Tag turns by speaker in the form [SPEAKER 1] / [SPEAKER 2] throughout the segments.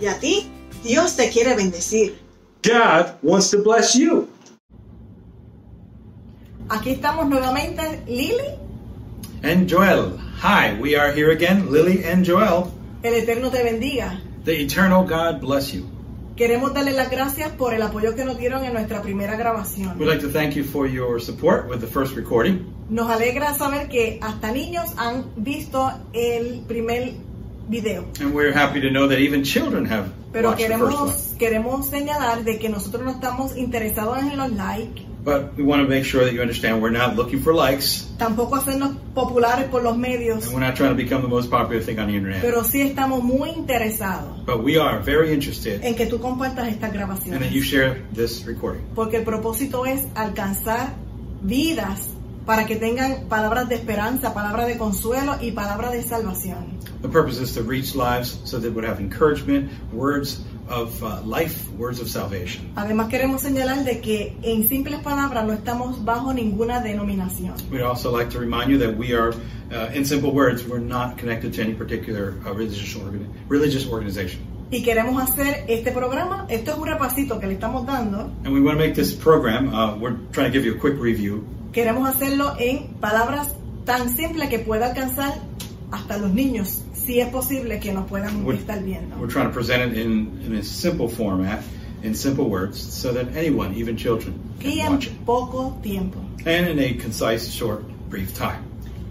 [SPEAKER 1] Y a ti, Dios te quiere bendecir.
[SPEAKER 2] God wants to bless you.
[SPEAKER 1] Aquí estamos nuevamente, Lili,
[SPEAKER 3] And Joel. Hi, we are here again, Lily and Joel.
[SPEAKER 1] el Eterno te bendiga.
[SPEAKER 3] The eternal God bless you.
[SPEAKER 1] Queremos darle las gracias por el apoyo que nos dieron en nuestra primera grabación.
[SPEAKER 3] We'd like to thank you for your support with the first recording.
[SPEAKER 1] Nos alegra saber que hasta niños han visto el primer video.
[SPEAKER 3] And we're happy to know that even children have
[SPEAKER 1] Pero
[SPEAKER 3] watched the first
[SPEAKER 1] queremos,
[SPEAKER 3] one.
[SPEAKER 1] queremos señalar de que nosotros no estamos interesados en los likes,
[SPEAKER 3] But we want to make sure that you understand we're not looking for likes
[SPEAKER 1] tampoco hacernos populares por los medios,
[SPEAKER 3] and we're not trying to become the most popular thing on the internet.
[SPEAKER 1] pero sí estamos muy interesados
[SPEAKER 3] but we are very interested
[SPEAKER 1] en que tú compartas estas
[SPEAKER 3] and that you
[SPEAKER 1] grabaciones,
[SPEAKER 3] share this recording.
[SPEAKER 1] porque el propósito es alcanzar vidas para que tengan palabras de esperanza, palabras de consuelo y palabras de salvación.
[SPEAKER 3] The purpose is to reach lives so that it would have encouragement, words of uh, life, words of salvation.
[SPEAKER 1] Además queremos señalar de que en simples palabras no estamos bajo ninguna denominación.
[SPEAKER 3] We'd also like to remind you that we are, uh, in simple words, we're not connected to any particular uh, religious, organ- religious organization.
[SPEAKER 1] Y queremos hacer este programa, esto es un repasito que le estamos dando,
[SPEAKER 3] And we want to make this program, uh, we're trying to give you a quick review.
[SPEAKER 1] queremos hacerlo en palabras tan simples que pueda alcanzar hasta los niños, si es posible que nos puedan
[SPEAKER 3] Bueno.
[SPEAKER 1] estar viendo.
[SPEAKER 3] We're trying to present it in, in a simple format, in simple words, so that anyone, even children, can
[SPEAKER 1] Y en
[SPEAKER 3] watch it.
[SPEAKER 1] poco tiempo.
[SPEAKER 3] And in a concise, short, brief time.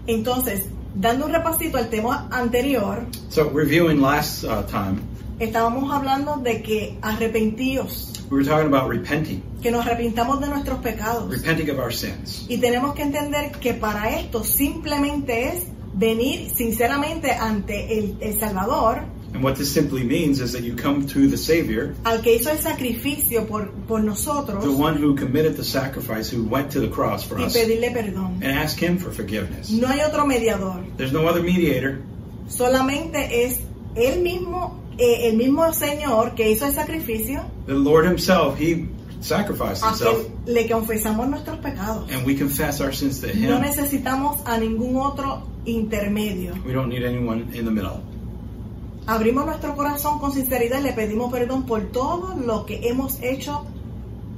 [SPEAKER 1] Entonces, dando un repasito al tema anterior,
[SPEAKER 3] So, reviewing last uh, time,
[SPEAKER 1] estábamos hablando de que arrepentíos,
[SPEAKER 3] we were talking about repenting,
[SPEAKER 1] que nos arrepintamos de nuestros pecados.
[SPEAKER 3] repenting of our sins.
[SPEAKER 1] Y tenemos que entender que para esto simplemente es venir sinceramente ante el, el Salvador,
[SPEAKER 3] And what this simply means is that you come to the Savior,
[SPEAKER 1] al que hizo el sacrificio por, por nosotros,
[SPEAKER 3] the one who committed the sacrifice, who went to the cross for
[SPEAKER 1] y
[SPEAKER 3] us,
[SPEAKER 1] pedirle perdón.
[SPEAKER 3] and ask Him for forgiveness.
[SPEAKER 1] No hay otro mediador,
[SPEAKER 3] There's no other mediator.
[SPEAKER 1] solamente es el mismo, eh, el mismo Señor que hizo el sacrificio,
[SPEAKER 3] The Lord Himself, He sacrificed
[SPEAKER 1] a
[SPEAKER 3] Himself,
[SPEAKER 1] quien le confesamos nuestros pecados.
[SPEAKER 3] and we confess our sins to
[SPEAKER 1] No
[SPEAKER 3] Him.
[SPEAKER 1] necesitamos a ningún otro intermedio.
[SPEAKER 3] We don't need anyone in the middle.
[SPEAKER 1] Abrimos nuestro corazón con sinceridad y le pedimos perdón por todo lo que hemos hecho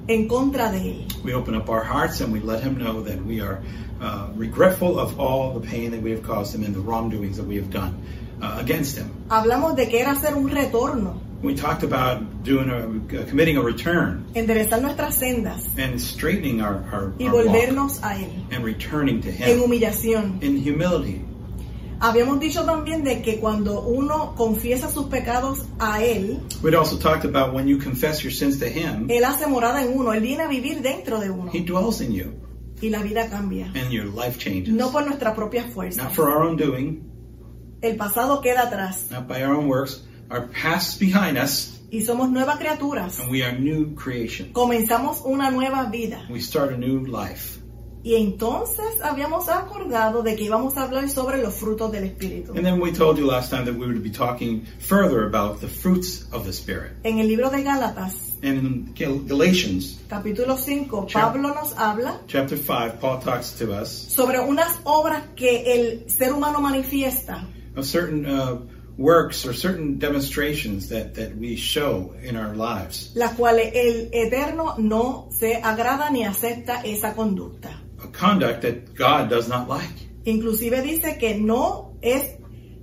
[SPEAKER 1] en contra de Él.
[SPEAKER 3] We open up our hearts and we let Him know that we are uh, regretful of all the pain that we have caused Him and the wrongdoings that we have done uh, against Him.
[SPEAKER 1] Hablamos de que era hacer un retorno,
[SPEAKER 3] We talked about doing a, uh, committing a return
[SPEAKER 1] enderezar nuestras sendas
[SPEAKER 3] and straightening our, our,
[SPEAKER 1] y
[SPEAKER 3] our walk
[SPEAKER 1] volvernos a Él
[SPEAKER 3] and returning to
[SPEAKER 1] en
[SPEAKER 3] Him
[SPEAKER 1] humillación.
[SPEAKER 3] in humility.
[SPEAKER 1] Habíamos dicho también de que cuando uno confiesa sus pecados a Él,
[SPEAKER 3] We'd also talked about when you confess your sins to Him,
[SPEAKER 1] Él hace morada en uno, Él viene a vivir dentro de uno
[SPEAKER 3] He dwells in you
[SPEAKER 1] y la vida cambia.
[SPEAKER 3] and your life changes.
[SPEAKER 1] No por nuestra propia fuerza.
[SPEAKER 3] Not for our own doing,
[SPEAKER 1] El pasado queda atrás
[SPEAKER 3] not by our own works. Our past's behind us
[SPEAKER 1] y somos nuevas criaturas.
[SPEAKER 3] and we are new creation.
[SPEAKER 1] Comenzamos una nueva vida.
[SPEAKER 3] We start a new life.
[SPEAKER 1] Y entonces habíamos acordado de que íbamos a hablar sobre los frutos del Espíritu.
[SPEAKER 3] And then we told you last time that we would be talking further about the fruits of the Spirit.
[SPEAKER 1] En el libro de Gálatas,
[SPEAKER 3] And in Gal- Galatians
[SPEAKER 1] capítulo 5,
[SPEAKER 3] Sure.
[SPEAKER 1] Pablo nos habla
[SPEAKER 3] chapter 5, Paul talks to us
[SPEAKER 1] sobre unas obras que el ser humano manifiesta
[SPEAKER 3] of certain uh, works or certain demonstrations that, that we show in our lives,
[SPEAKER 1] las cuales el Eterno no se agrada ni acepta esa conducta.
[SPEAKER 3] a conduct that God does not like.
[SPEAKER 1] Inclusive dice que no es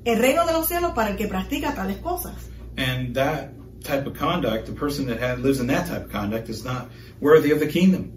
[SPEAKER 1] el reino de los cielos para el que practica tales cosas.
[SPEAKER 3] And that type of conduct, the person that had, lives in that type of conduct, is not worthy of the kingdom.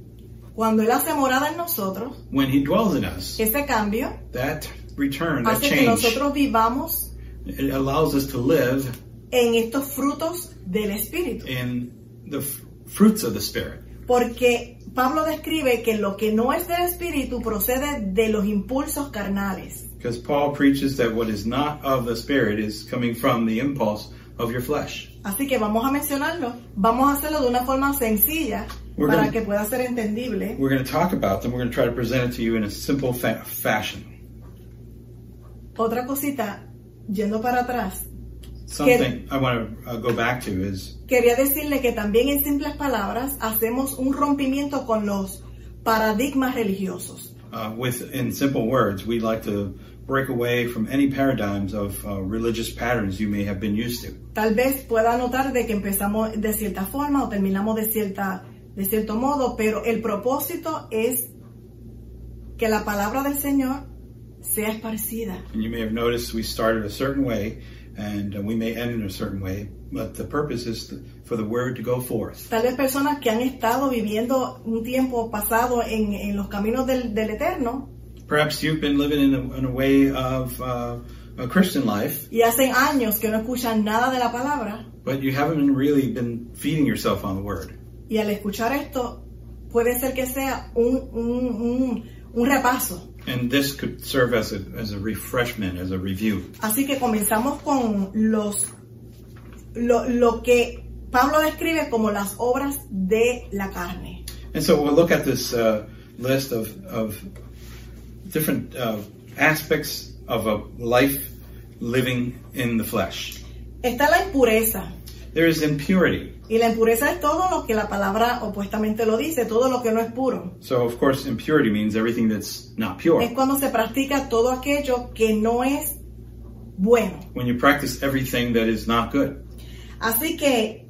[SPEAKER 1] Cuando Él hace morada en nosotros,
[SPEAKER 3] When He dwells in us,
[SPEAKER 1] este cambio
[SPEAKER 3] that return, that
[SPEAKER 1] hace que
[SPEAKER 3] change,
[SPEAKER 1] nosotros vivamos
[SPEAKER 3] it allows us to live
[SPEAKER 1] en estos frutos del Espíritu.
[SPEAKER 3] Eh. in the f- fruits of the Spirit.
[SPEAKER 1] Porque Pablo describe que lo que no es del Espíritu procede de los impulsos carnales.
[SPEAKER 3] Because Paul preaches that what is not of the Spirit is coming from the impulse of your flesh.
[SPEAKER 1] Así que vamos a mencionarlo. Vamos a hacerlo de una forma sencilla
[SPEAKER 3] We're
[SPEAKER 1] para
[SPEAKER 3] gonna-
[SPEAKER 1] que pueda ser entendible.
[SPEAKER 3] We're going to talk about them. We're going to try to present it to you in a simple fa- fashion.
[SPEAKER 1] Otra cosita, yendo para atrás,
[SPEAKER 3] Something I want to uh, go back to is
[SPEAKER 1] quería decirle que también en simples palabras hacemos un rompimiento con los paradigmas religiosos.
[SPEAKER 3] uh, with, in simple words, we like to break away from any paradigms of uh, religious patterns you may have been used to.
[SPEAKER 1] Tal vez pueda notar de que empezamos de cierta forma o terminamos de, cierta, de cierto modo, pero el propósito es que la palabra del Señor sea esparcida.
[SPEAKER 3] And you may have noticed we started a certain way and uh, we may end in a certain way, but the purpose is th- for the word to go forth.
[SPEAKER 1] Tal vez personas que han estado viviendo un tiempo pasado en, en los caminos del, del Eterno
[SPEAKER 3] Perhaps you've been living in a, in a way of uh, a Christian life,
[SPEAKER 1] y hacen años que no escuchan nada de la palabra
[SPEAKER 3] but you haven't really been feeding yourself on the word.
[SPEAKER 1] y al escuchar esto puede ser que sea un, un, un- un repaso.
[SPEAKER 3] And this could serve as a, as a refreshment, as a review.
[SPEAKER 1] Así que comenzamos con los lo, lo que Pablo describe como las obras de la carne.
[SPEAKER 3] And so we'll look at this uh, list of, of different uh, aspects of a life living in the flesh.
[SPEAKER 1] Está la impureza.
[SPEAKER 3] There is impurity.
[SPEAKER 1] Y la impureza es todo lo que la palabra opuestamente lo dice, todo lo que no es puro.
[SPEAKER 3] So, of course, impurity means everything that's not pure.
[SPEAKER 1] Es cuando se practica todo aquello que no es bueno.
[SPEAKER 3] When you practice everything that is not good.
[SPEAKER 1] Así que,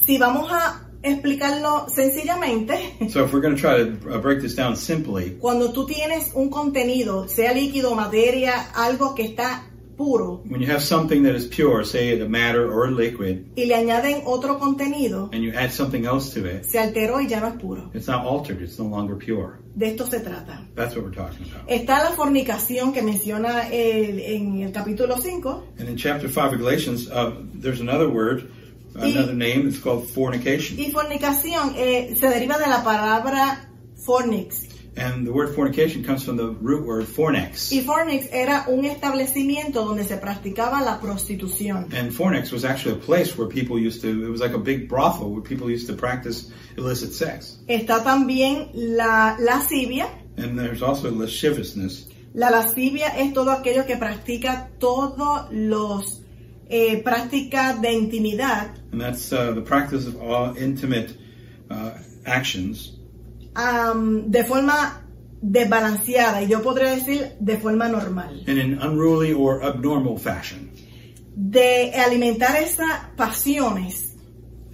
[SPEAKER 1] si vamos a explicarlo sencillamente,
[SPEAKER 3] So, if we're going to try to uh, break this down simply,
[SPEAKER 1] cuando tú tienes un contenido, sea líquido, materia, algo que está puro,
[SPEAKER 3] when you have something that is pure, say a matter or a liquid,
[SPEAKER 1] y le añaden otro contenido,
[SPEAKER 3] and you add something else to it,
[SPEAKER 1] se alteró y ya no es puro.
[SPEAKER 3] it's not altered, it's no longer pure.
[SPEAKER 1] De esto se trata.
[SPEAKER 3] That's what we're talking about.
[SPEAKER 1] Está la fornicación que menciona el- en el capítulo 5.
[SPEAKER 3] And in chapter 5 of Galatians, uh, there's another word, another name, it's called fornication.
[SPEAKER 1] Y fornicación eh, se deriva de la palabra fornix.
[SPEAKER 3] And the word fornication comes from the root
[SPEAKER 1] Y
[SPEAKER 3] word fornex.
[SPEAKER 1] fornix era un establecimiento donde se practicaba la prostitución.
[SPEAKER 3] And fornex was actually a place where people used to, it was like a big brothel where people used to practice illicit sex.
[SPEAKER 1] Está también la lascivia.
[SPEAKER 3] And there's also lasciviousness.
[SPEAKER 1] La lascivia es todo aquello que practica todos los eh, prácticas de intimidad
[SPEAKER 3] And that's uh, the practice of all intimate uh, actions
[SPEAKER 1] am, de forma desbalanceada y yo podría decir de forma normal.
[SPEAKER 3] in an unruly or abnormal fashion.
[SPEAKER 1] De alimentar esas pasiones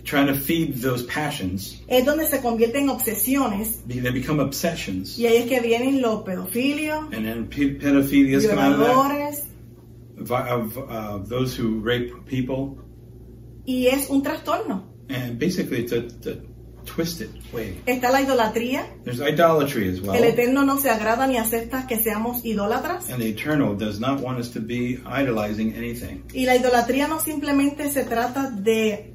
[SPEAKER 3] Trying to feed those passions,
[SPEAKER 1] es donde se convierten en obsesiones
[SPEAKER 3] be- they become obsessions.
[SPEAKER 1] Y ahí es que vienen los pedofilios,
[SPEAKER 3] And then pe- pedophilias come out of that,
[SPEAKER 1] violadores,
[SPEAKER 3] vi- of uh, those who rape people.
[SPEAKER 1] y es un trastorno.
[SPEAKER 3] And basically, it's a, it's a twisted way.
[SPEAKER 1] Está la idolatría.
[SPEAKER 3] There's idolatry as well.
[SPEAKER 1] El Eterno no se agrada ni acepta que seamos idólatras.
[SPEAKER 3] And the Eternal does not want us to be idolizing anything.
[SPEAKER 1] Y la idolatría no simplemente se trata de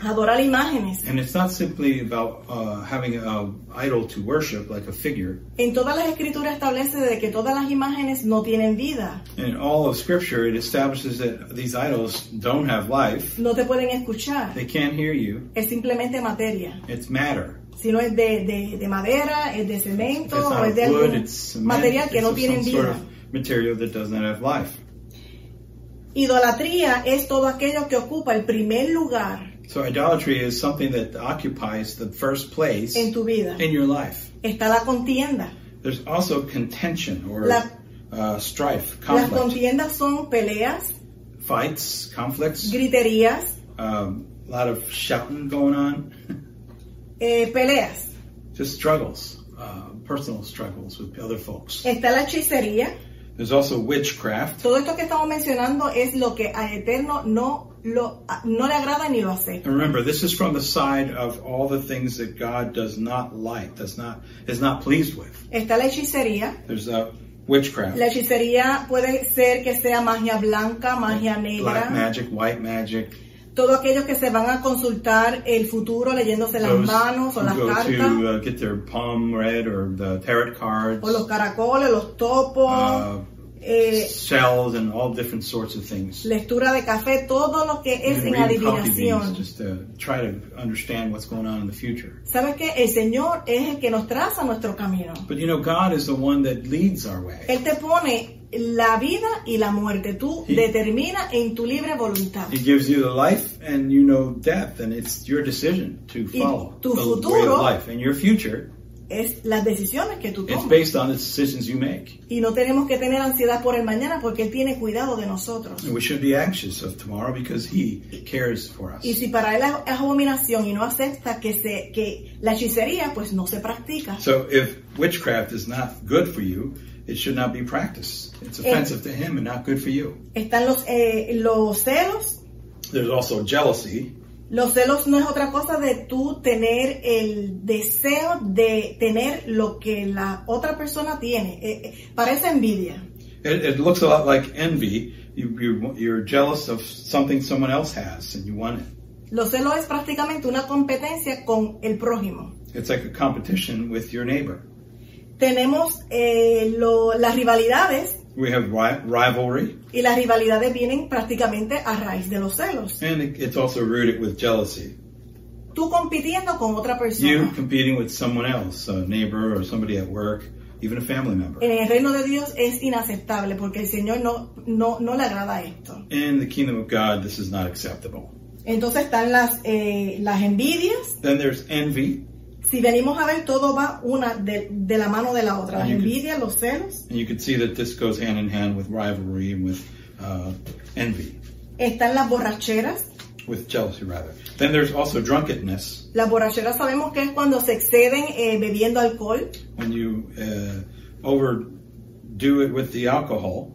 [SPEAKER 1] adorar imágenes.
[SPEAKER 3] And it's not simply about uh, having an idol to worship, like a figure.
[SPEAKER 1] En todas las escrituras establece de que todas las imágenes no tienen vida,
[SPEAKER 3] In all of Scripture, it establishes that these idols don't have life.
[SPEAKER 1] no te pueden escuchar.
[SPEAKER 3] They can't hear you.
[SPEAKER 1] Es simplemente materia.
[SPEAKER 3] It's matter.
[SPEAKER 1] Si no es de, de- de madera, es de
[SPEAKER 3] It's
[SPEAKER 1] cemento o
[SPEAKER 3] not
[SPEAKER 1] es de
[SPEAKER 3] of wood.
[SPEAKER 1] algún
[SPEAKER 3] It's cement.
[SPEAKER 1] material que
[SPEAKER 3] It's
[SPEAKER 1] no
[SPEAKER 3] of
[SPEAKER 1] tienen
[SPEAKER 3] some sort
[SPEAKER 1] vida.
[SPEAKER 3] of material that does not have life.
[SPEAKER 1] Idolatría es todo aquello que ocupa el primer lugar
[SPEAKER 3] So idolatry is something that occupies the first place
[SPEAKER 1] en
[SPEAKER 3] in
[SPEAKER 1] tu vida.
[SPEAKER 3] your life.
[SPEAKER 1] Está la contienda.
[SPEAKER 3] There's also contention or
[SPEAKER 1] La-
[SPEAKER 3] uh, strife,
[SPEAKER 1] Las
[SPEAKER 3] conflict,
[SPEAKER 1] contiendas son peleas,
[SPEAKER 3] fights, conflicts,
[SPEAKER 1] griterías,
[SPEAKER 3] um, a lot of shouting going on,
[SPEAKER 1] eh, peleas.
[SPEAKER 3] just struggles, uh, personal struggles with other folks.
[SPEAKER 1] Está la hechicería.
[SPEAKER 3] There's also witchcraft.
[SPEAKER 1] Todo esto que estamos mencionando es lo que a Eterno no, lo, a- no le agrada ni lo hace.
[SPEAKER 3] And remember, this is from the side of all the things that God does not like, does not is not pleased with.
[SPEAKER 1] Está la hechicería.
[SPEAKER 3] There's uh, witchcraft,
[SPEAKER 1] La hechicería puede ser que sea magia blanca, magia negra,
[SPEAKER 3] black magic, white magic.
[SPEAKER 1] todo aquello que se van a consultar el futuro leyéndose las
[SPEAKER 3] Those
[SPEAKER 1] manos o
[SPEAKER 3] who
[SPEAKER 1] las
[SPEAKER 3] go
[SPEAKER 1] cartas,
[SPEAKER 3] to uh, get their palm read or the tarot cards,
[SPEAKER 1] o los caracoles, los topos,
[SPEAKER 3] uh,
[SPEAKER 1] eh,
[SPEAKER 3] shells, and all different sorts of things.
[SPEAKER 1] lectura de café, todo lo que es
[SPEAKER 3] Even
[SPEAKER 1] en
[SPEAKER 3] reading coffee beans
[SPEAKER 1] adivinación.
[SPEAKER 3] just to try to understand what's going on in the future.
[SPEAKER 1] ¿Sabes qué? El Señor es el que nos traza nuestro camino.
[SPEAKER 3] But you know, God is the one that leads our way.
[SPEAKER 1] Él te pone la vida y la muerte. Tú
[SPEAKER 3] Sí.
[SPEAKER 1] determinas en tu libre voluntad.
[SPEAKER 3] He gives you the life and you know death, and it's your decision to
[SPEAKER 1] Y
[SPEAKER 3] follow
[SPEAKER 1] tu
[SPEAKER 3] the way of
[SPEAKER 1] futuro-
[SPEAKER 3] life. And your future
[SPEAKER 1] es las decisiones que tú
[SPEAKER 3] It's
[SPEAKER 1] tomas.
[SPEAKER 3] based on the decisions you make.
[SPEAKER 1] Y no tenemos que tener ansiedad por el mañana porque Él tiene cuidado de nosotros.
[SPEAKER 3] And we should be anxious of tomorrow because He cares for us.
[SPEAKER 1] Y si para Él es es abominación y no acepta que, se, que la hechicería, pues no se practica.
[SPEAKER 3] So if witchcraft is not good for you, it should not be practiced. It's offensive to Him and not good for you.
[SPEAKER 1] Están los, eh, los celos.
[SPEAKER 3] There's also jealousy.
[SPEAKER 1] Los celos no es otra cosa de tú tener el deseo de tener lo que la otra persona tiene. Eh, eh, parece envidia.
[SPEAKER 3] It, it looks a lot like envy. You, you, you're jealous of something someone else has and you want it.
[SPEAKER 1] Los celos es prácticamente una competencia con el prójimo.
[SPEAKER 3] It's like a competition with your neighbor.
[SPEAKER 1] Tenemos eh, lo- las rivalidades
[SPEAKER 3] We have ri- rivalry,
[SPEAKER 1] y las rivalidades vienen prácticamente a raíz de los celos.
[SPEAKER 3] and it, it's also rooted with jealousy.
[SPEAKER 1] Tú compitiendo con otra
[SPEAKER 3] You
[SPEAKER 1] persona.
[SPEAKER 3] competing with someone else, a neighbor or somebody at work, even a family member.
[SPEAKER 1] En el reino de Dios es inaceptable porque el Señor no, no, no le agrada esto.
[SPEAKER 3] In the kingdom of God, this is not acceptable.
[SPEAKER 1] Entonces están las, eh, las envidias.
[SPEAKER 3] Then there's envy,
[SPEAKER 1] Si venimos a ver, todo va una de, de la mano de la otra. Las
[SPEAKER 3] Ahí que-
[SPEAKER 1] envidias, los celos.
[SPEAKER 3] and you can see that this goes hand in hand with rivalry and with uh, envy,
[SPEAKER 1] Están las borracheras.
[SPEAKER 3] with jealousy rather. Then there's also drunkenness,
[SPEAKER 1] Las borracheras sabemos que es cuando se exceden eh, bebiendo alcohol.
[SPEAKER 3] when you uh, overdo it with the alcohol,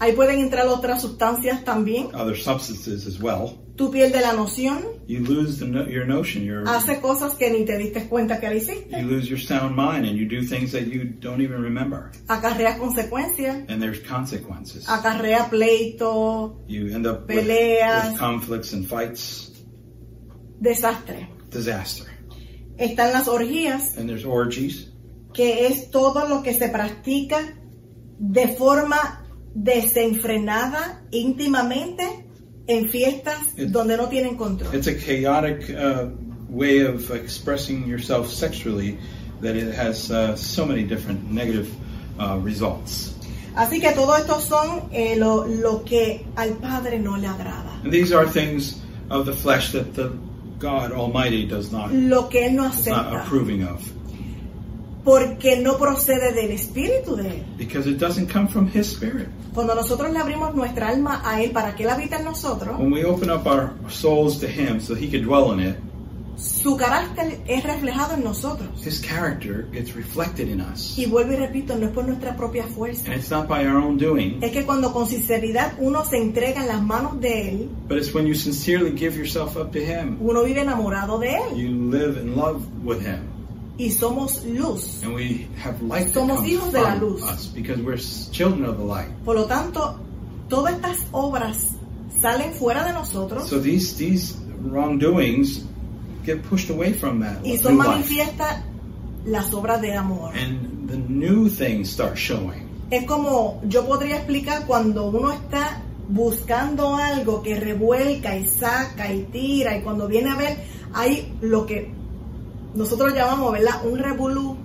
[SPEAKER 1] Ahí pueden entrar otras sustancias también.
[SPEAKER 3] other substances as well.
[SPEAKER 1] Tú pierdes la noción,
[SPEAKER 3] You lose the no- your notion, your
[SPEAKER 1] hace cosas que ni te diste cuenta que la
[SPEAKER 3] you
[SPEAKER 1] hiciste.
[SPEAKER 3] lose your sound mind and you do things that you don't even remember
[SPEAKER 1] Acarrea consecuencias,
[SPEAKER 3] and there's consequences
[SPEAKER 1] acarrea pleito,
[SPEAKER 3] you end up with,
[SPEAKER 1] Peleas.
[SPEAKER 3] with conflicts and fights
[SPEAKER 1] desastre.
[SPEAKER 3] disaster
[SPEAKER 1] Están las orgías,
[SPEAKER 3] and there's orgies
[SPEAKER 1] que es todo lo que se practica de forma desenfrenada, íntimamente, en fiestas
[SPEAKER 3] It-
[SPEAKER 1] donde no tienen control.
[SPEAKER 3] it's a chaotic uh, way of expressing yourself sexually that it has uh, so many different negative uh, results
[SPEAKER 1] Así que todo esto son eh, lo, lo que al Padre no le agrada,
[SPEAKER 3] and these are things of the flesh that the god almighty does not
[SPEAKER 1] lo que Él no
[SPEAKER 3] is not
[SPEAKER 1] acepta,
[SPEAKER 3] approving of
[SPEAKER 1] porque no procede del Espíritu de Él.
[SPEAKER 3] because it doesn't come from his spirit
[SPEAKER 1] Cuando nosotros le abrimos nuestra alma a Él para que Él habite en nosotros,
[SPEAKER 3] when we open up our souls to him so he could dwell in it
[SPEAKER 1] su carácter es reflejado en nosotros.
[SPEAKER 3] His character gets reflected in us.
[SPEAKER 1] Y vuelvo y repito, no es por nuestra propia fuerza.
[SPEAKER 3] And it's not by our own doing,
[SPEAKER 1] es que cuando con sinceridad uno se entrega en las manos de Él,
[SPEAKER 3] but it's when you sincerely give yourself up to Him.
[SPEAKER 1] uno vive enamorado de Él
[SPEAKER 3] You live in love with Him.
[SPEAKER 1] y somos luz.
[SPEAKER 3] And we have light that
[SPEAKER 1] Somos
[SPEAKER 3] comes
[SPEAKER 1] hijos de la
[SPEAKER 3] from
[SPEAKER 1] luz.
[SPEAKER 3] us because we're s- children of the light.
[SPEAKER 1] Por lo tanto, todas estas obras salen fuera de nosotros
[SPEAKER 3] So these these wrongdoings get pushed away from that
[SPEAKER 1] y
[SPEAKER 3] new
[SPEAKER 1] son
[SPEAKER 3] life.
[SPEAKER 1] manifiestas las obras de amor.
[SPEAKER 3] And the new things start showing.
[SPEAKER 1] Es como yo podría explicar cuando uno está buscando algo que revuelca y saca y tira y cuando viene a ver hay lo que nosotros llamamos, ¿verdad? Un revolú.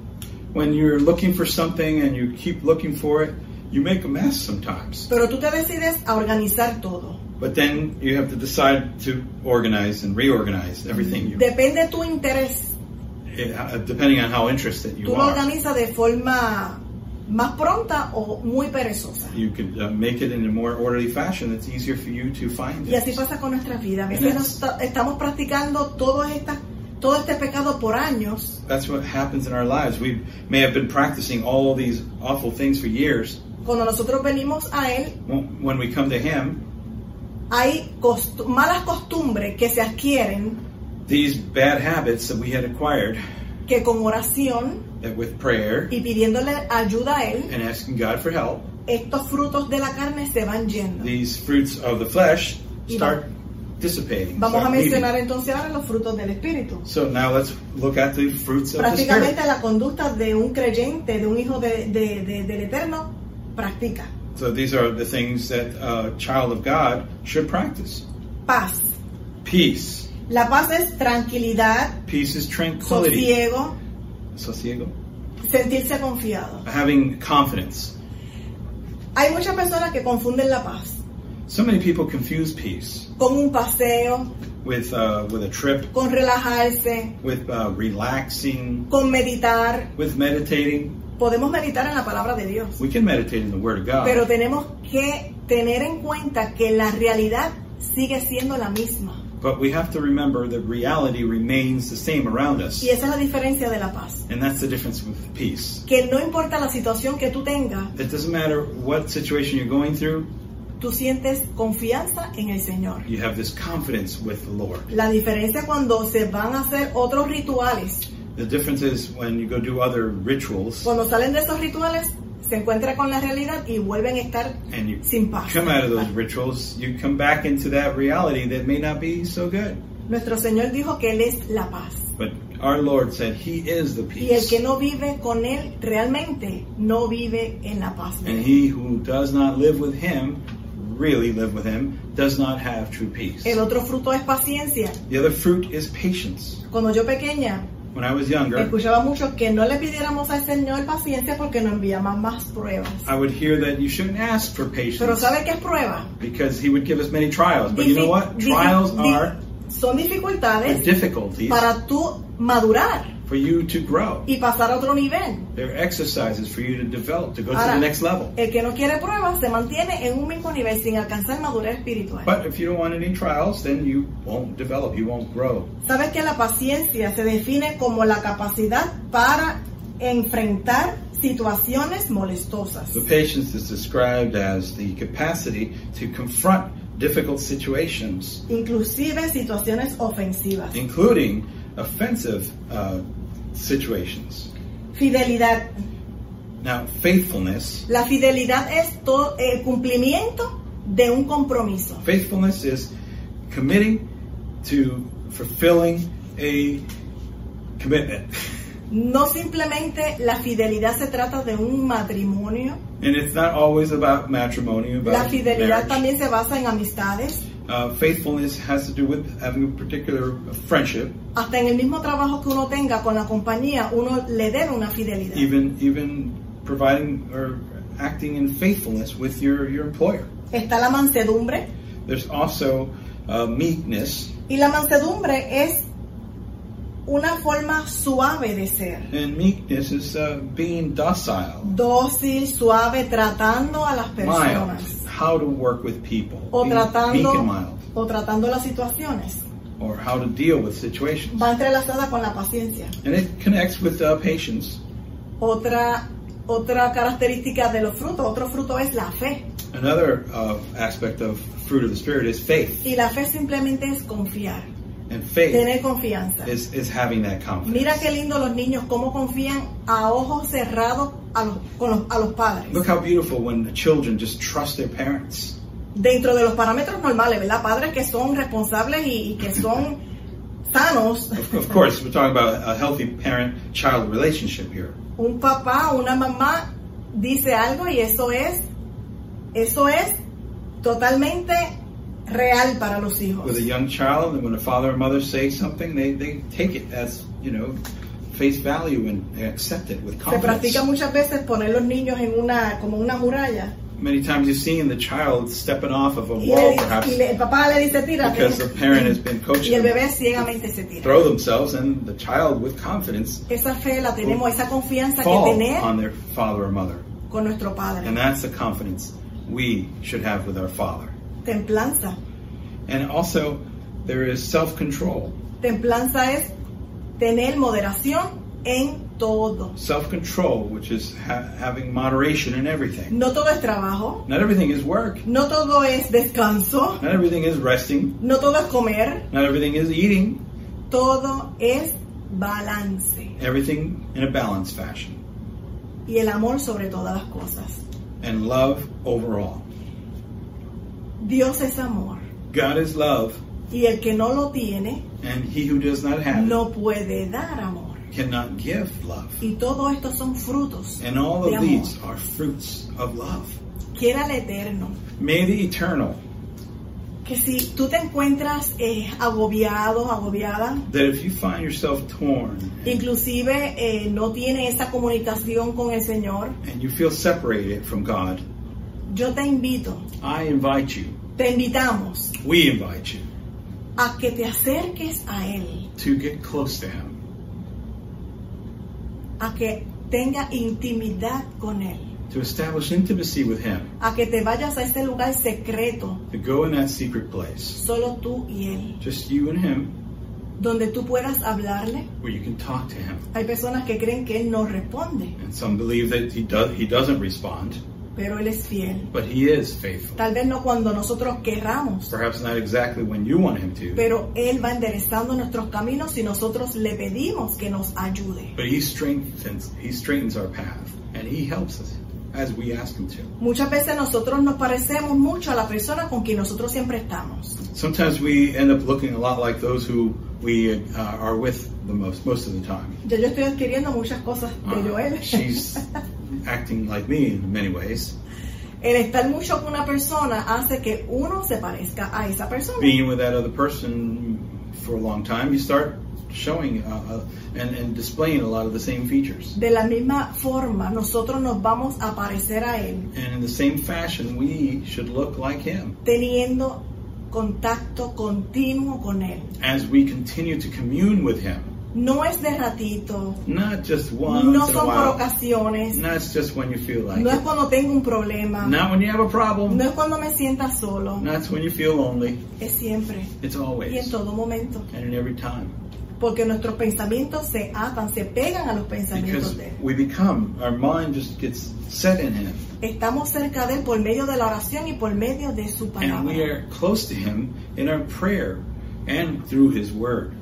[SPEAKER 3] When you're looking for something and you keep looking for it, you make a mess sometimes.
[SPEAKER 1] Pero tú te decides a organizar todo.
[SPEAKER 3] But then you have to decide to organize and reorganize everything you
[SPEAKER 1] Depende tu interés.
[SPEAKER 3] it, uh, depending on how interested you
[SPEAKER 1] Tú lo
[SPEAKER 3] are,
[SPEAKER 1] organizas de forma más pronta o muy perezosa.
[SPEAKER 3] you could uh, make it in a more orderly fashion that's easier for you to find.
[SPEAKER 1] Y así
[SPEAKER 3] things.
[SPEAKER 1] pasa con nuestra vida. A veces nos ta- estamos practicando todas estas, todo este pecado por años
[SPEAKER 3] That's what happens in our lives. We may have been practicing all these awful things for years.
[SPEAKER 1] cuando nosotros venimos a Él.
[SPEAKER 3] When when we come to Him,
[SPEAKER 1] Hay costu- malas costumbres que se adquieren
[SPEAKER 3] these bad habits that we had acquired,
[SPEAKER 1] que con oración
[SPEAKER 3] that with prayer
[SPEAKER 1] y pidiéndole ayuda a Él,
[SPEAKER 3] and asking God for help,
[SPEAKER 1] estos frutos de la carne se van yendo.
[SPEAKER 3] these fruits of the flesh
[SPEAKER 1] Y
[SPEAKER 3] start dissipating.
[SPEAKER 1] Vamos a
[SPEAKER 3] start leaving.
[SPEAKER 1] mencionar entonces ahora los frutos del Espíritu.
[SPEAKER 3] So now let's look at the fruits of the Spirit.
[SPEAKER 1] Prácticamente la conducta de un creyente, de un hijo de- de- de- del Eterno, practica
[SPEAKER 3] So these are the things that a child of God should practice.
[SPEAKER 1] paz.
[SPEAKER 3] Peace.
[SPEAKER 1] La paz es tranquilidad,
[SPEAKER 3] Peace is tranquility.
[SPEAKER 1] sosiego,
[SPEAKER 3] Sosiego.
[SPEAKER 1] sentirse confiado.
[SPEAKER 3] Having confidence.
[SPEAKER 1] Hay muchas personas que confunden la paz.
[SPEAKER 3] So many people confuse peace
[SPEAKER 1] con un paseo,
[SPEAKER 3] with uh, with a trip,
[SPEAKER 1] con relajarse,
[SPEAKER 3] with uh, relaxing,
[SPEAKER 1] con meditar.
[SPEAKER 3] with meditating.
[SPEAKER 1] Podemos meditar en la palabra de Dios,
[SPEAKER 3] We can meditate in the Word of God,
[SPEAKER 1] pero tenemos que tener en cuenta que la realidad sigue siendo la misma.
[SPEAKER 3] but we have to remember that reality remains the same around us,
[SPEAKER 1] Y esa es la diferencia de la paz.
[SPEAKER 3] and that's the difference with peace.
[SPEAKER 1] Que no importa la situación que tú tengas,
[SPEAKER 3] It doesn't matter what situation you're going through.
[SPEAKER 1] tú sientes confianza en el Señor.
[SPEAKER 3] You have this confidence with the Lord.
[SPEAKER 1] La diferencia cuando se van a hacer otros rituales,
[SPEAKER 3] The difference is when you go do other rituals
[SPEAKER 1] cuando salen de esos rituales, se encuentran con la realidad y vuelven a estar
[SPEAKER 3] and you
[SPEAKER 1] sin paz.
[SPEAKER 3] come out of those rituals, you come back into that reality that may not be so good.
[SPEAKER 1] Nuestro Señor dijo que Él es la paz.
[SPEAKER 3] But our Lord said He is the
[SPEAKER 1] Y el
[SPEAKER 3] peace.
[SPEAKER 1] que no vive con Él realmente no vive en la paz. de
[SPEAKER 3] And
[SPEAKER 1] Él.
[SPEAKER 3] he who does not live with him, really live with him, does not have true peace.
[SPEAKER 1] El otro fruto es paciencia.
[SPEAKER 3] The other fruit is patience.
[SPEAKER 1] Cuando yo pequeña
[SPEAKER 3] When I was younger,
[SPEAKER 1] escuchaba mucho que no le pidiéramos al Señor paciencia porque nos enviaba más pruebas.
[SPEAKER 3] I would hear that you shouldn't ask for
[SPEAKER 1] Pero
[SPEAKER 3] patience
[SPEAKER 1] ¿sabe qué es prueba?
[SPEAKER 3] because he would give us many trials. But you know
[SPEAKER 1] Difi-
[SPEAKER 3] what?
[SPEAKER 1] difi-
[SPEAKER 3] Trials
[SPEAKER 1] di-
[SPEAKER 3] are
[SPEAKER 1] son
[SPEAKER 3] the
[SPEAKER 1] dificultades
[SPEAKER 3] difficulties
[SPEAKER 1] para tú madurar
[SPEAKER 3] for you to grow.
[SPEAKER 1] y pasar a otro nivel.
[SPEAKER 3] They're exercises for you to develop, to go to
[SPEAKER 1] Ahora,
[SPEAKER 3] the next level.
[SPEAKER 1] El que no quiere pruebas se mantiene en un mismo nivel sin alcanzar madurez espiritual.
[SPEAKER 3] But if you don't want any trials, then you won't develop, you won't grow.
[SPEAKER 1] Sabes que la paciencia se define como la capacidad para enfrentar situaciones molestosas.
[SPEAKER 3] The patience is described as the capacity to confront difficult situations
[SPEAKER 1] inclusive situaciones ofensivas.
[SPEAKER 3] including offensive uh, situations.
[SPEAKER 1] Fidelidad.
[SPEAKER 3] Now, faithfulness,
[SPEAKER 1] La fidelidad es todo el cumplimiento de un compromiso.
[SPEAKER 3] faithfulness is committing to fulfilling a commitment,
[SPEAKER 1] No simplemente la fidelidad se trata de un matrimonio.
[SPEAKER 3] and it's not always about matrimony. About
[SPEAKER 1] La fidelidad
[SPEAKER 3] marriage.
[SPEAKER 1] también se basa en amistades,
[SPEAKER 3] Uh, faithfulness has to do with having a particular friendship,
[SPEAKER 1] hasta en el mismo trabajo que uno tenga con la compañía, uno le debe una fidelidad.
[SPEAKER 3] even even providing or acting in faithfulness with your your employer.
[SPEAKER 1] Está la mansedumbre
[SPEAKER 3] There's also uh, meekness,
[SPEAKER 1] y la mansedumbre es una forma suave de ser,
[SPEAKER 3] and meekness is uh, being docile.
[SPEAKER 1] dócil, suave, tratando a las
[SPEAKER 3] mild,
[SPEAKER 1] personas.
[SPEAKER 3] how to work with people,
[SPEAKER 1] o
[SPEAKER 3] being meek and
[SPEAKER 1] tratando
[SPEAKER 3] mild,
[SPEAKER 1] o tratando las situaciones
[SPEAKER 3] or how to deal with situations.
[SPEAKER 1] va entrelazada con la paciencia.
[SPEAKER 3] And it connects with uh, patience.
[SPEAKER 1] Otra otra característica de los frutos, otro fruto es la fe
[SPEAKER 3] Another uh, aspect of fruit of the spirit is faith,
[SPEAKER 1] y la fe simplemente es confiar,
[SPEAKER 3] and faith
[SPEAKER 1] tener confianza.
[SPEAKER 3] is is having that confidence.
[SPEAKER 1] Mira qué lindo los niños cómo confían a ojos cerrados a los, con los- a los
[SPEAKER 3] Look
[SPEAKER 1] padres.
[SPEAKER 3] how beautiful when the children just trust their parents.
[SPEAKER 1] Dentro de los parámetros normales, ¿verdad? Padres que son responsables y, y que son sanos.
[SPEAKER 3] Of, of course, we're talking about a healthy parent-child relationship here.
[SPEAKER 1] un papá o una mamá dice algo y eso es eso es totalmente real para los hijos.
[SPEAKER 3] With a young child, and when a father and mother say something, they, they take it as you know face value and they accept it with
[SPEAKER 1] Se
[SPEAKER 3] confidence.
[SPEAKER 1] practica muchas veces poner los niños en una como una muralla
[SPEAKER 3] Many times you've seen the child stepping off of a
[SPEAKER 1] y, le
[SPEAKER 3] wall,
[SPEAKER 1] di-
[SPEAKER 3] perhaps,
[SPEAKER 1] y le- el papá le dice tírate
[SPEAKER 3] because the parent has been
[SPEAKER 1] y el
[SPEAKER 3] coaching them
[SPEAKER 1] bebé ciegamente se
[SPEAKER 3] to
[SPEAKER 1] tira.
[SPEAKER 3] throw themselves, and the child, with confidence,
[SPEAKER 1] Esa fe la tenemos, esa confianza que
[SPEAKER 3] fall
[SPEAKER 1] tener
[SPEAKER 3] on their father or mother.
[SPEAKER 1] con nuestro padre.
[SPEAKER 3] And that's the confidence we should have with our father.
[SPEAKER 1] Templanza.
[SPEAKER 3] And also, there is self control.
[SPEAKER 1] Templanza es tener moderación en todo.
[SPEAKER 3] Self control, which is ha- having moderation in everything.
[SPEAKER 1] No todo es trabajo,
[SPEAKER 3] Not everything is work,
[SPEAKER 1] no todo es descanso,
[SPEAKER 3] not everything is resting,
[SPEAKER 1] no todo es comer,
[SPEAKER 3] not everything is eating,
[SPEAKER 1] Todo es balance
[SPEAKER 3] everything in a balanced fashion.
[SPEAKER 1] y el amor sobre todas las cosas.
[SPEAKER 3] And love overall.
[SPEAKER 1] Dios es amor
[SPEAKER 3] God is love.
[SPEAKER 1] y el que no lo tiene
[SPEAKER 3] And he who does not have
[SPEAKER 1] no puede dar amor.
[SPEAKER 3] it cannot give love.
[SPEAKER 1] Y todo esto son frutos.
[SPEAKER 3] And all
[SPEAKER 1] De
[SPEAKER 3] of
[SPEAKER 1] amor.
[SPEAKER 3] these are fruits of love.
[SPEAKER 1] Quiera el eterno
[SPEAKER 3] May the eternal,
[SPEAKER 1] que si tú te encuentras eh, agobiado, agobiada,
[SPEAKER 3] that if you find yourself torn and,
[SPEAKER 1] inclusive eh, no tiene esa comunicación con el Señor,
[SPEAKER 3] and you feel separated from God,
[SPEAKER 1] yo te invito
[SPEAKER 3] I invite you
[SPEAKER 1] Te invitamos
[SPEAKER 3] We invite you
[SPEAKER 1] a que te acerques a Él,
[SPEAKER 3] to get close to Him,
[SPEAKER 1] a que tenga intimidad con Él,
[SPEAKER 3] to establish intimacy with Him,
[SPEAKER 1] a que te vayas a ese lugar secreto,
[SPEAKER 3] to go in that secret place,
[SPEAKER 1] solo tú y Él,
[SPEAKER 3] just you and Him,
[SPEAKER 1] donde tú puedas hablarle.
[SPEAKER 3] where you can talk to Him.
[SPEAKER 1] Hay personas que creen que Él no responde,
[SPEAKER 3] And some believe that He does He doesn't respond,
[SPEAKER 1] pero Él es fiel.
[SPEAKER 3] but He is faithful.
[SPEAKER 1] Tal vez no cuando nosotros querramos,
[SPEAKER 3] Perhaps not exactly when you want Him to,
[SPEAKER 1] pero Él va enderezando nuestros caminos y nosotros le pedimos que nos ayude.
[SPEAKER 3] but He strengthens He straightens our path and He helps us as we ask Him to.
[SPEAKER 1] Muchas veces nosotros nos parecemos mucho a la persona con quien nosotros siempre estamos.
[SPEAKER 3] Sometimes we end up looking a lot like those who we uh, are with the most most of the time.
[SPEAKER 1] Ya yo estoy adquiriendo muchas cosas de Joel.
[SPEAKER 3] Uh, she's acting like me in many ways.
[SPEAKER 1] El estar mucho con una persona hace que uno se parezca a esa persona.
[SPEAKER 3] Being with that other person for a long time, you start showing uh, uh, and, and displaying a lot of the same features.
[SPEAKER 1] De la misma forma, nosotros nos vamos a parecer a él
[SPEAKER 3] And in the same fashion, we should look like him
[SPEAKER 1] teniendo contacto continuo con él.
[SPEAKER 3] as we continue to commune with him.
[SPEAKER 1] No es de ratito,
[SPEAKER 3] Not just once
[SPEAKER 1] no
[SPEAKER 3] in a
[SPEAKER 1] son por
[SPEAKER 3] while.
[SPEAKER 1] ocasiones,
[SPEAKER 3] Not just when you feel like
[SPEAKER 1] no es
[SPEAKER 3] it.
[SPEAKER 1] cuando tengo un problema,
[SPEAKER 3] Not when you have a problem.
[SPEAKER 1] no es cuando me sienta solo,
[SPEAKER 3] Not when you feel lonely.
[SPEAKER 1] es siempre
[SPEAKER 3] It's
[SPEAKER 1] y en
[SPEAKER 3] always
[SPEAKER 1] todo momento,
[SPEAKER 3] and in every time.
[SPEAKER 1] porque nuestros pensamientos se atan, se pegan a los pensamientos
[SPEAKER 3] Because
[SPEAKER 1] de él.
[SPEAKER 3] we become, our mind just gets set in Him,
[SPEAKER 1] Estamos cerca de él por medio de la oración y por medio de su
[SPEAKER 3] and we
[SPEAKER 1] palabra.
[SPEAKER 3] are close to Him in our prayer and through His Word.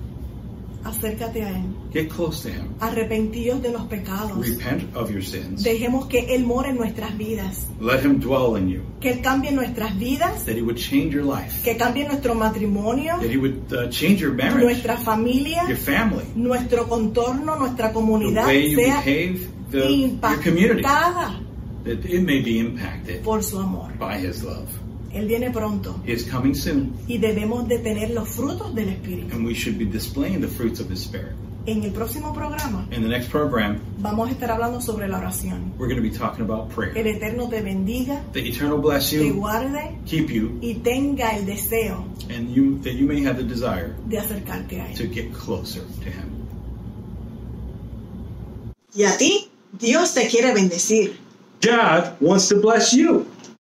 [SPEAKER 1] Acércate a él.
[SPEAKER 3] Get close to Him.
[SPEAKER 1] Arrepentíos de los pecados.
[SPEAKER 3] Repent of your sins.
[SPEAKER 1] Dejemos que Él more en nuestras vidas,
[SPEAKER 3] Let Him dwell in you.
[SPEAKER 1] que Él cambie nuestras vidas,
[SPEAKER 3] That He would change your life.
[SPEAKER 1] que cambie nuestro matrimonio,
[SPEAKER 3] That He would uh, change your marriage,
[SPEAKER 1] nuestra familia,
[SPEAKER 3] your family,
[SPEAKER 1] nuestro contorno, nuestra
[SPEAKER 3] the
[SPEAKER 1] comunidad
[SPEAKER 3] way you
[SPEAKER 1] sea
[SPEAKER 3] behave, the, your community.
[SPEAKER 1] impactada
[SPEAKER 3] That it may be impacted
[SPEAKER 1] por su amor.
[SPEAKER 3] by His love.
[SPEAKER 1] Él viene pronto
[SPEAKER 3] He is coming soon,
[SPEAKER 1] y debemos de tener los frutos del Espíritu.
[SPEAKER 3] and we should be displaying the fruits of His Spirit.
[SPEAKER 1] En el próximo programa
[SPEAKER 3] In the next program,
[SPEAKER 1] vamos a estar hablando sobre la oración.
[SPEAKER 3] we're going to be talking about prayer.
[SPEAKER 1] El Eterno te bendiga,
[SPEAKER 3] The Eternal bless
[SPEAKER 1] te
[SPEAKER 3] you.
[SPEAKER 1] guarde
[SPEAKER 3] keep you
[SPEAKER 1] y tenga el deseo
[SPEAKER 3] and you that you may have the desire
[SPEAKER 1] de acercarte a Él.
[SPEAKER 3] to get closer to him.
[SPEAKER 1] Y a ti, Dios te quiere bendecir.
[SPEAKER 2] God wants to bless you.